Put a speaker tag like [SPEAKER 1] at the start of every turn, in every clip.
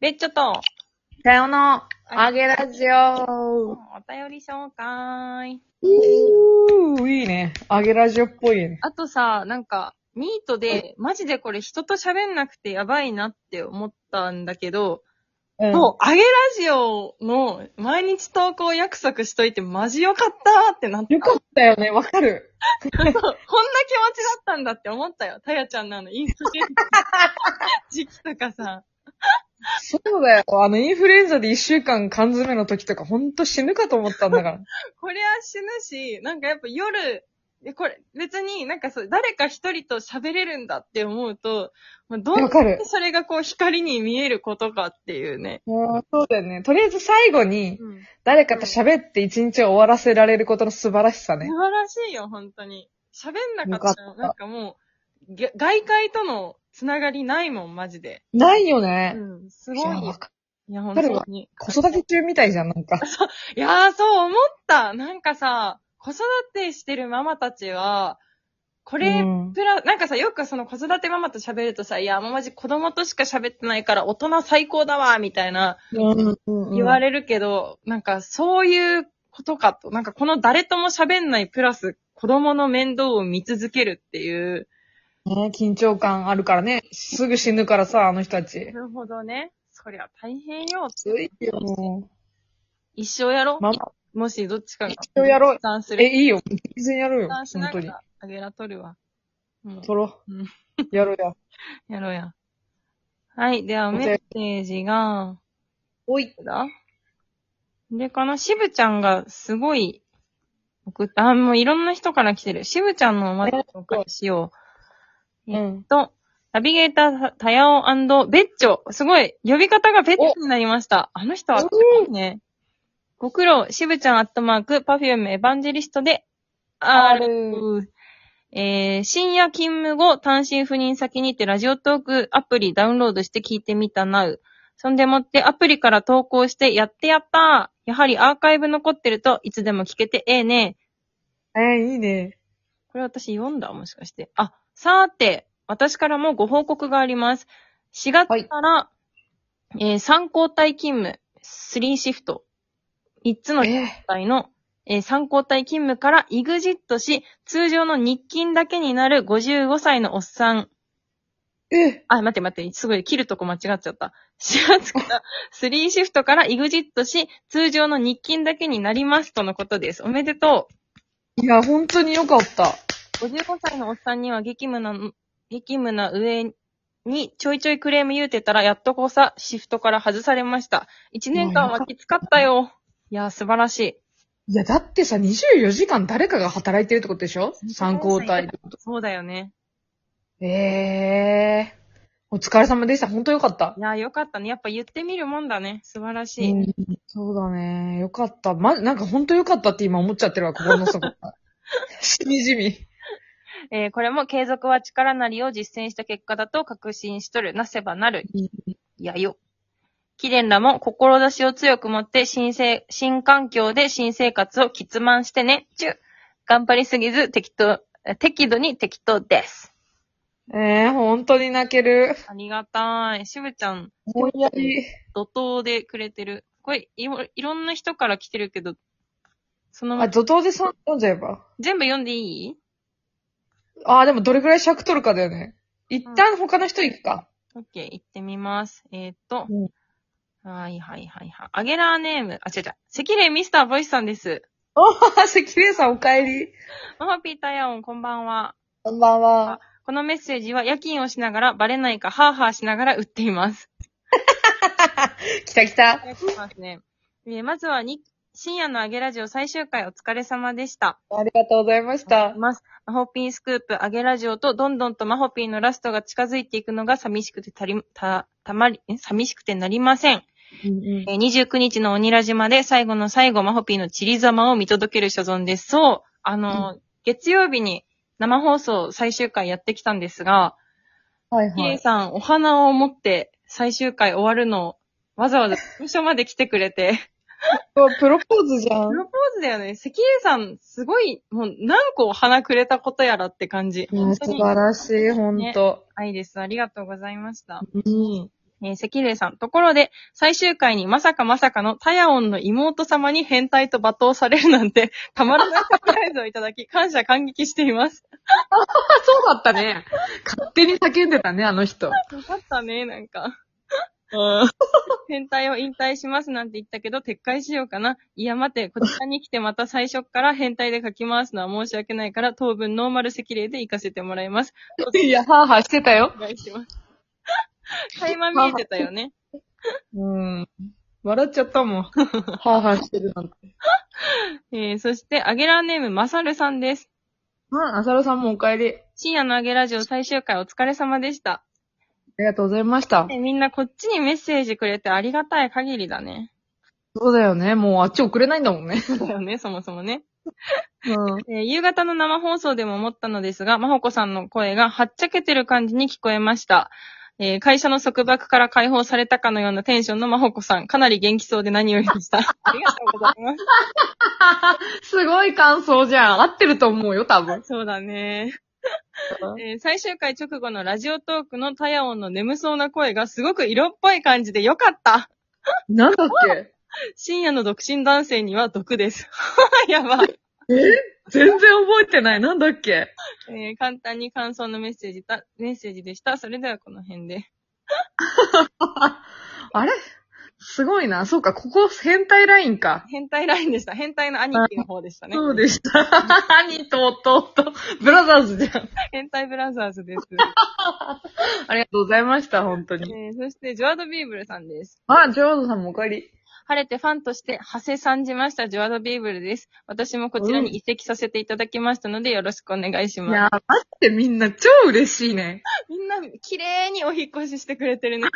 [SPEAKER 1] ベッチョと、
[SPEAKER 2] さよの、
[SPEAKER 1] はい
[SPEAKER 2] あげラジオ
[SPEAKER 1] お便り紹介。
[SPEAKER 2] うー、いいね。あげラジオっぽいね。
[SPEAKER 1] あとさ、なんか、ミートで、マジでこれ人と喋んなくてやばいなって思ったんだけど、
[SPEAKER 2] うん
[SPEAKER 1] もう、あげラジオの毎日投稿約束しといてマジよかったって なって、
[SPEAKER 2] よかったよね、わかる。
[SPEAKER 1] そうこんな気持ちだったんだって思ったよ。たやちゃんのあのインスタで時期とかさ。
[SPEAKER 2] そうだよ。あの、インフルエンザで一週間缶詰の時とか、ほんと死ぬかと思ったんだ から。
[SPEAKER 1] こりゃ死ぬし、なんかやっぱ夜、えこれ、別になんかそう、誰か一人と喋れるんだって思うと、まあ、どん
[SPEAKER 2] わ
[SPEAKER 1] だ
[SPEAKER 2] かる
[SPEAKER 1] け。それがこう光に見えることかっていうね。
[SPEAKER 2] もうそうだよね。とりあえず最後に、
[SPEAKER 1] うん、
[SPEAKER 2] 誰かと喋って一日を終わらせられることの素晴らしさね
[SPEAKER 1] 素。晴らしいよ、本当に。喋んなかったら
[SPEAKER 2] よかった
[SPEAKER 1] なんかもう、げ外界とのつながりないもん、マジで。
[SPEAKER 2] ないよね。
[SPEAKER 1] うん、す
[SPEAKER 2] い
[SPEAKER 1] ご
[SPEAKER 2] や
[SPEAKER 1] い
[SPEAKER 2] わ
[SPEAKER 1] よ。
[SPEAKER 2] か
[SPEAKER 1] いや、本
[SPEAKER 2] かる
[SPEAKER 1] 当に。
[SPEAKER 2] 子育て中みたいじゃん、なんか。
[SPEAKER 1] いやー、そう思った。なんかさ、子育てしてるママたちは、これ、
[SPEAKER 2] うん
[SPEAKER 1] プラ、なんかさ、よくその子育てママと喋るとさ、いや、ママじ子供としか喋ってないから大人最高だわ、みたいな言わ
[SPEAKER 2] れ
[SPEAKER 1] れるけど、なんかそういうことかと、なんかこの誰とも喋んないプラス子供の面倒を見続けるっていう。
[SPEAKER 2] ね緊張感あるからね。すぐ死ぬからさ、あの人たち。
[SPEAKER 1] るほどね。そりゃ大変よ。
[SPEAKER 2] ついよ、も
[SPEAKER 1] 一生やろ
[SPEAKER 2] う。。ママ、
[SPEAKER 1] もしどっちかが。
[SPEAKER 2] 一生やろう
[SPEAKER 1] 負担す
[SPEAKER 2] え、
[SPEAKER 1] る。
[SPEAKER 2] いいよ。全然やろう
[SPEAKER 1] 負
[SPEAKER 2] よ。
[SPEAKER 1] 担し
[SPEAKER 2] 本
[SPEAKER 1] な
[SPEAKER 2] 当
[SPEAKER 1] が
[SPEAKER 2] に。
[SPEAKER 1] ら、あげら取るわ。うん
[SPEAKER 2] 撮ろ
[SPEAKER 1] うん
[SPEAKER 2] う。やろうや。
[SPEAKER 1] やろうや。はい。では、
[SPEAKER 2] お便り
[SPEAKER 1] メッセージが、
[SPEAKER 2] おい。
[SPEAKER 1] どれだで、このしぶちゃんがすごい、送った、あ、もういろんな人から来てる。しぶちゃんのをまず紹介しよう。
[SPEAKER 2] うん
[SPEAKER 1] えっと、ナビゲーターたやおベッチョ。すごい。呼び方がベッチョになりました。あの人はすごいね。ご苦労、しぶちゃんアットマーク、パフュームエヴァンジェリストで、
[SPEAKER 2] あ
[SPEAKER 1] R
[SPEAKER 2] る。
[SPEAKER 1] えー深夜勤務後、単身赴任先にてラジオトークアプリダウンロードして聞いてみたなう。そんでもってアプリから投稿してやってやったやはりアーカイブ残ってるといつでも聞けてええね
[SPEAKER 2] えー、いいね。
[SPEAKER 1] これ私読んだもしかして。あ、さーて、私からもご報告があります。4月から、えー三交代勤務、3シフト、3つの
[SPEAKER 2] えー
[SPEAKER 1] 体の、えー参考体勤務から EXIT し、通常の日勤だけになる55歳のおっさん。
[SPEAKER 2] え
[SPEAKER 1] あ、待って待って、すごい、切るとこ間違っちゃった。4月から3シフトから EXIT し、通常の日勤だけになりますとのことです。おめでと
[SPEAKER 2] いや、本当によかった。
[SPEAKER 1] う。55歳のおっさんには激務な、激務な上にちょいちょいクレーム言うてたら、やっとこさ、シフトから外されました。1年間はきつかったよ。いやー、素晴らしい。
[SPEAKER 2] いや、だってさ、24時間誰かが働いてるってことでしょ参交代ってこと。
[SPEAKER 1] そうだよね。
[SPEAKER 2] ええー。お疲れ様でした。本当よかった
[SPEAKER 1] い。やー、よかったね。やっぱ言ってみるもんだね。素晴らしい。
[SPEAKER 2] うんそうだね。よかった。ま、なんか本当よかったって今思っちゃってるわ、心の 底から。しみじみ。
[SPEAKER 1] えーこれも継続は力なりを実践した結果だと確信しとる。なせばなる。いやよ。貴殿らも志を強く持って新生、新環境で新生活を喫満してね。ちゅ。頑張りすぎず適当、え適度に適当です。
[SPEAKER 2] ええー、本当に泣ける。
[SPEAKER 1] ありがたい。しぶちゃん、
[SPEAKER 2] 思いやり。
[SPEAKER 1] 怒涛でくれてる。これ、いろいろんな人から来てるけど、そのま
[SPEAKER 2] あ、怒涛でさ読んじゃえば。
[SPEAKER 1] 全部読んでいい
[SPEAKER 2] ああ、でもどれくらい尺取るかだよね。一旦他の人行くか。
[SPEAKER 1] オッケー、行ってみます。えーっと、
[SPEAKER 2] うん
[SPEAKER 1] はいはいはいはい。アゲラーネーム、あ、違う違う。赤霊ミスターボイスさんです。
[SPEAKER 2] あ、関麗さんお帰り。
[SPEAKER 1] ママピーターヤオン、こんばんは。
[SPEAKER 2] こんばんは。
[SPEAKER 1] このメッセージは夜勤をしながらバレないか、ハーハーしながら打っています。
[SPEAKER 2] 来た来た。
[SPEAKER 1] やってますね。えーまずはに、深夜のアゲラジオ最終回お疲れ様でした。
[SPEAKER 2] ありがとうございまし
[SPEAKER 1] あ
[SPEAKER 2] た
[SPEAKER 1] り。ます。マホピンスクープ、アゲラジオとどんどんとマホピンのラストが近づいていくのが寂しくてたり、た、たまり、ん寂しくてなりません。
[SPEAKER 2] うん
[SPEAKER 1] えー29日の鬼ラジまで最後の最後、マホピーのチリざまを見届ける所存です。そう、あのー、月曜日に生放送最終回やってきたんですが、
[SPEAKER 2] はい
[SPEAKER 1] ヒ、エ、。さんお花を持って最終回終わるのをわざわざ事務所まで来てくれて、
[SPEAKER 2] プロポーズじゃ
[SPEAKER 1] プ
[SPEAKER 2] ん。
[SPEAKER 1] ロポーズだよね。関エさんすごい、もう何個お花くれたことやらって感じ。
[SPEAKER 2] いや素晴らしい、ほんと。
[SPEAKER 1] 愛です。ありがとうございました。
[SPEAKER 2] うん。
[SPEAKER 1] えー関礼さん。ところで、最終回にまさかまさかのタヤオンの妹様に変態と罵倒されるなんて、 たまらないサプライズをいただき、感謝感激しています。
[SPEAKER 2] そうだったね。勝手に叫んでたね、あの人。
[SPEAKER 1] よかったね、なんか。
[SPEAKER 2] うん。
[SPEAKER 1] 変態を引退しますなんて言ったけど、撤回しようかな。いや、待て、こちらに来てまた最初っから変態で書き回すのは申し訳ないから、当分ノーマル赤礼で行かせてもらいます。
[SPEAKER 2] いや、ハーハーしてたよ。
[SPEAKER 1] お願いします。 垣間見えてたよね。
[SPEAKER 2] うん。笑っちゃったもん。ハーハーしてるなんて。
[SPEAKER 1] えー、そして、アゲラーネーム、マサルさんです。
[SPEAKER 2] うん、浅野さんもお帰り。あ
[SPEAKER 1] 深夜のアゲラジオ最終回お疲れ様でした。
[SPEAKER 2] りがとうございました。
[SPEAKER 1] えみんなこっちにメッセージくれてありがたい限りだね。
[SPEAKER 2] そうだよね。もうあっち送れないんだもんね。
[SPEAKER 1] そうだよね、そもそもね。
[SPEAKER 2] うん。
[SPEAKER 1] えー夕方の生放送でも思ったのですが、まほこさんの声がはっちゃけてる感じに聞こえました。えー会社の束縛から解放されたかのようなテンションのまほこさん、かなり元気そうで何よりでした。 ありがとうございます
[SPEAKER 2] ごい感想じゃん。合ってると思うよ、多分。
[SPEAKER 1] す。そうだね。えー最終回直後のラジオトークのタヤオンの眠そうな声がすごく色っぽい感じでよかった。
[SPEAKER 2] なんだっけ
[SPEAKER 1] 深夜の独身男性には毒です。 やば。
[SPEAKER 2] 全然覚えてない。なんだっけ
[SPEAKER 1] えー簡単に感想のメッセージた、メッセージでした。それではこの辺で。
[SPEAKER 2] あれすごいな。そうか、ここ変態ラインか。
[SPEAKER 1] 変態ラインでした。変態の兄貴の方でしたね。
[SPEAKER 2] そうで した。兄と弟、ブラザーズじゃん。
[SPEAKER 1] 変態ブラザーズ です。
[SPEAKER 2] ありがとうございました、本当
[SPEAKER 1] え
[SPEAKER 2] に。
[SPEAKER 1] ーそして、ジョアド・ビーブルさんです。
[SPEAKER 2] あ、ジョードさんもお帰り。
[SPEAKER 1] 晴れてファンとして、長谷さんじましたジョアド・ビーブルです。私もこちらに移籍させていただきましたので、よろしくお願いし
[SPEAKER 2] い
[SPEAKER 1] ます。
[SPEAKER 2] やー、待ってみんな超嬉しいね。
[SPEAKER 1] みんな、綺麗にお引っ越ししてくれて るね。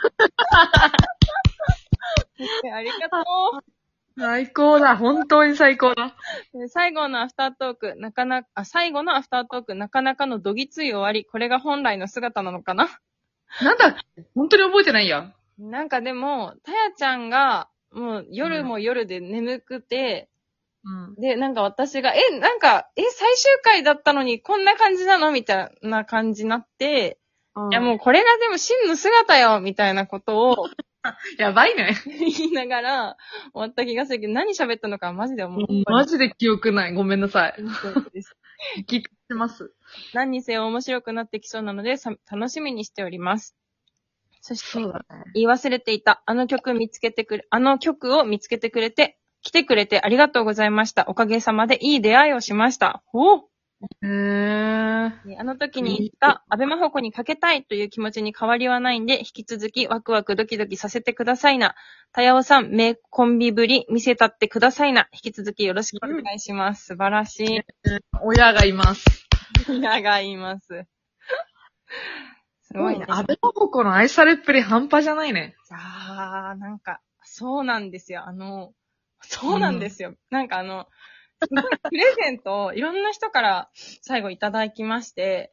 [SPEAKER 1] ありがとう。
[SPEAKER 2] 最高だ、本当に最高だ。
[SPEAKER 1] で最後のアフタートーク、なかなか、あ、最後のアフタートーク、なかなかのどぎつい終わり、これが本来の姿なのかな
[SPEAKER 2] なんだっけ本当に覚えてないや。
[SPEAKER 1] なんかでも、たやちゃんが、もう夜も夜で眠くて、
[SPEAKER 2] うん。
[SPEAKER 1] で、なんか私が、え、なんか、え、最終回だったのにこんな感じなのみたいな感じになって、いやもうこれがでも真の姿よみたいなことを
[SPEAKER 2] やばいね。
[SPEAKER 1] 言いながら終わった気がするけど、何喋ったのかマジで思う。
[SPEAKER 2] マジで記憶ない。ごめんなさい。
[SPEAKER 1] 本当にです
[SPEAKER 2] 聞いてます。
[SPEAKER 1] 何にせよ面白くなってきそうなので、さ楽しみにしております。そして、
[SPEAKER 2] だね。
[SPEAKER 1] 言い忘れていた、あの曲見つけてくれ、あの曲を見つけてくれて、来てくれてありがとうございました。おかげさまでいい出会いをしました。ほう
[SPEAKER 2] へー。
[SPEAKER 1] あの時に言った、安倍真帆子にかけたいという気持ちに変わりはないんで、引き続きワクワクドキドキさせてくださいな。たやおさん、名コンビぶり見せたってくださいな。引き続きよろしくお願いします。素晴らしい。
[SPEAKER 2] 親がいます。
[SPEAKER 1] 親がいます。 す
[SPEAKER 2] すごいね。
[SPEAKER 1] あ
[SPEAKER 2] 安倍桃子の愛されっぷり半端じゃないね。
[SPEAKER 1] あー、なんか、そうなんですよ。あの、そうなんですよ。なんかあの、プレゼントをいろんな人から最後いただきまして、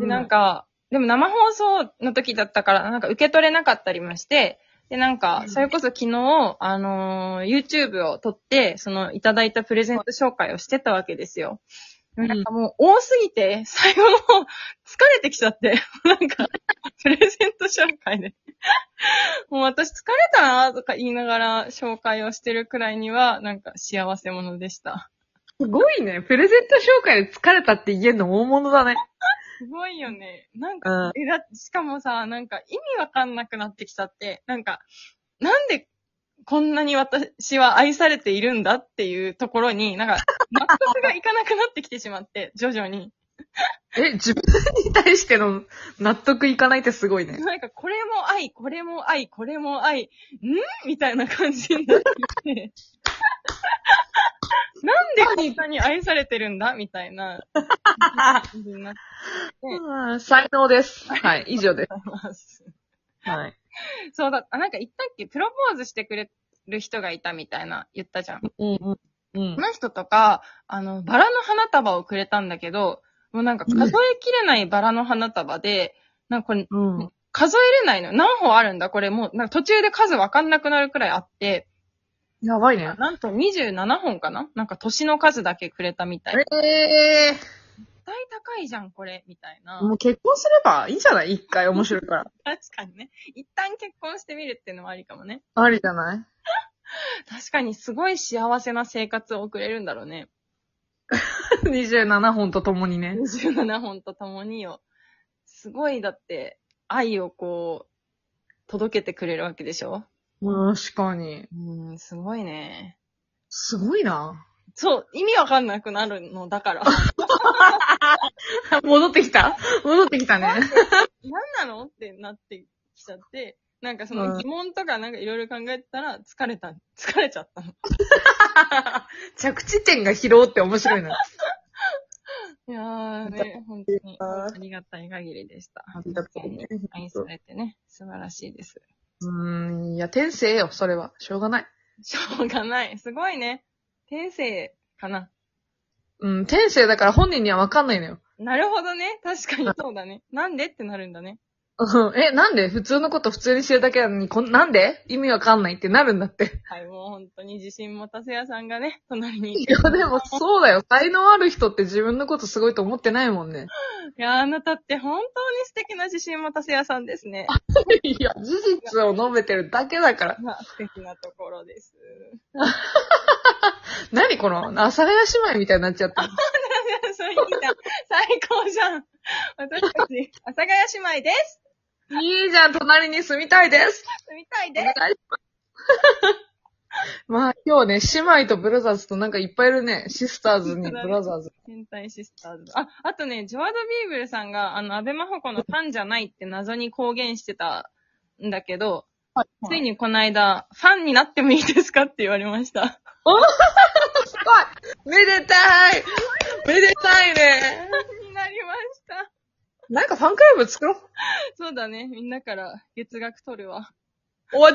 [SPEAKER 1] で、なんか、でも生放送の時だったから、なんか受け取れなかったりまして、で、なんか
[SPEAKER 2] う、ん
[SPEAKER 1] それこそ昨日、あのー YouTube を撮って、その、いただいたプレゼント紹介をしてたわけですよ。でもなんかもう、多すぎて、 最後の方、疲れてきちゃって、 なんか、プレゼント紹介で。 もう私疲れたなとか言いながら紹介をしてるくらいには、なんか幸せ者でした。
[SPEAKER 2] すごいね。プレゼント紹介で疲れたって言えるの大物だね。
[SPEAKER 1] すごいよね。なんか、
[SPEAKER 2] うん。
[SPEAKER 1] え、だってしかもさ、なんか意味わかんなくなってきちゃって、なんか、なんでこんなに私は愛されているんだっていうところに、なんか、納得がいかなくなってきてしまって、徐々に。
[SPEAKER 2] え、自分に対しての納得いかないってすごい ね。
[SPEAKER 1] なんか、これも愛、これも愛、これも愛、んみたいな感じになってきて。 なんでこんなに愛されてるんだみたいな感じになって
[SPEAKER 2] うん才能です。はい、以上です。
[SPEAKER 1] ます。
[SPEAKER 2] はい。
[SPEAKER 1] そうだ、あ、なんか言ったっけプロポーズしてくれる人がいたみたいな、言ったじゃん。こ
[SPEAKER 2] うんうん。うん。
[SPEAKER 1] の人とか、あの、バラの花束をくれたんだけど、もうなんか数えきれないバラの花束で、なんかこれ、
[SPEAKER 2] うん。
[SPEAKER 1] 数えれないの何本あるんだこれもう、なんか途中で数わかんなくなるくらいあって、
[SPEAKER 2] やばいね。
[SPEAKER 1] なんと27本かななんか年の数だけくれたみたい。
[SPEAKER 2] え
[SPEAKER 1] 対高いじゃん、これ、みたいな。
[SPEAKER 2] もう結婚すればいいんじゃない一回面白いから。
[SPEAKER 1] 確かにね。一旦結婚してみるっていうのもありかもね。
[SPEAKER 2] ありじゃない
[SPEAKER 1] 確かにすごい幸せな生活を送れるんだろうね。
[SPEAKER 2] ?27 本と共にね。
[SPEAKER 1] 27本と共によ。すごい、だって、愛をこう、届けてくれるわけでしょ
[SPEAKER 2] 確かに。
[SPEAKER 1] うん、すごいね。
[SPEAKER 2] すごいな。
[SPEAKER 1] そう、意味わかんなくなるのだから。
[SPEAKER 2] 戻ってきた戻ってきたね。
[SPEAKER 1] 何なのってなってきちゃって、なんかそうの
[SPEAKER 2] ん
[SPEAKER 1] 疑問とかなんかいろいろ考えてたら疲れた、疲れちゃったの。
[SPEAKER 2] 着地点が拾うって面白いな。
[SPEAKER 1] いやーね、本当にありがたい限りでした。
[SPEAKER 2] ありがとうね
[SPEAKER 1] 愛されてね、素晴らしいです。
[SPEAKER 2] うーん、いや、天性よ、それは。しょうがない。
[SPEAKER 1] しょうがない。すごいね。天性かな。
[SPEAKER 2] うん、天性だから本人にはわかんないのよ。
[SPEAKER 1] なるほどね。確かにそうだね。なんでってなるんだね。
[SPEAKER 2] うんえ、なんで普通のこと普通にしてるだけなのに、こんなんで意味わかんないってなるんだ って。
[SPEAKER 1] はい、もう本当に自信持たせ屋さんがね、隣にい
[SPEAKER 2] い
[SPEAKER 1] て。
[SPEAKER 2] や、でもそうだよ。才能ある人って自分のことすごいと思ってないもんね。
[SPEAKER 1] いやーあなたって本当に素敵な自信持たせ屋さんですね。
[SPEAKER 2] いや、事実を述べてるだけだから。
[SPEAKER 1] まあ、素敵なところです。
[SPEAKER 2] 何この、阿佐ヶ谷姉妹みたいになっちゃった。
[SPEAKER 1] それいいじゃん。最高じゃん。私たち、阿佐ヶ谷姉妹です。
[SPEAKER 2] いいじゃん、隣に住みたいです。
[SPEAKER 1] 住みたい
[SPEAKER 2] お
[SPEAKER 1] で
[SPEAKER 2] 願いします。 まあ、今日ね、姉妹とブラザーズとなんかいっぱいいるね。シスターズにブラザーズ。
[SPEAKER 1] す。変態シスターズ。あ、あとね、ジョアド・ビーブルさんが、あの、安倍真帆子のファンじゃないって謎に公言してたんだけど、ついにこの間、ファンになってもいいですかって言われました。
[SPEAKER 2] すごいめでたいめでたいね
[SPEAKER 1] になりま した。
[SPEAKER 2] なんかファンクラブ作ろう
[SPEAKER 1] そうだね。みんなから月額取るわ。
[SPEAKER 2] 終わっちゃう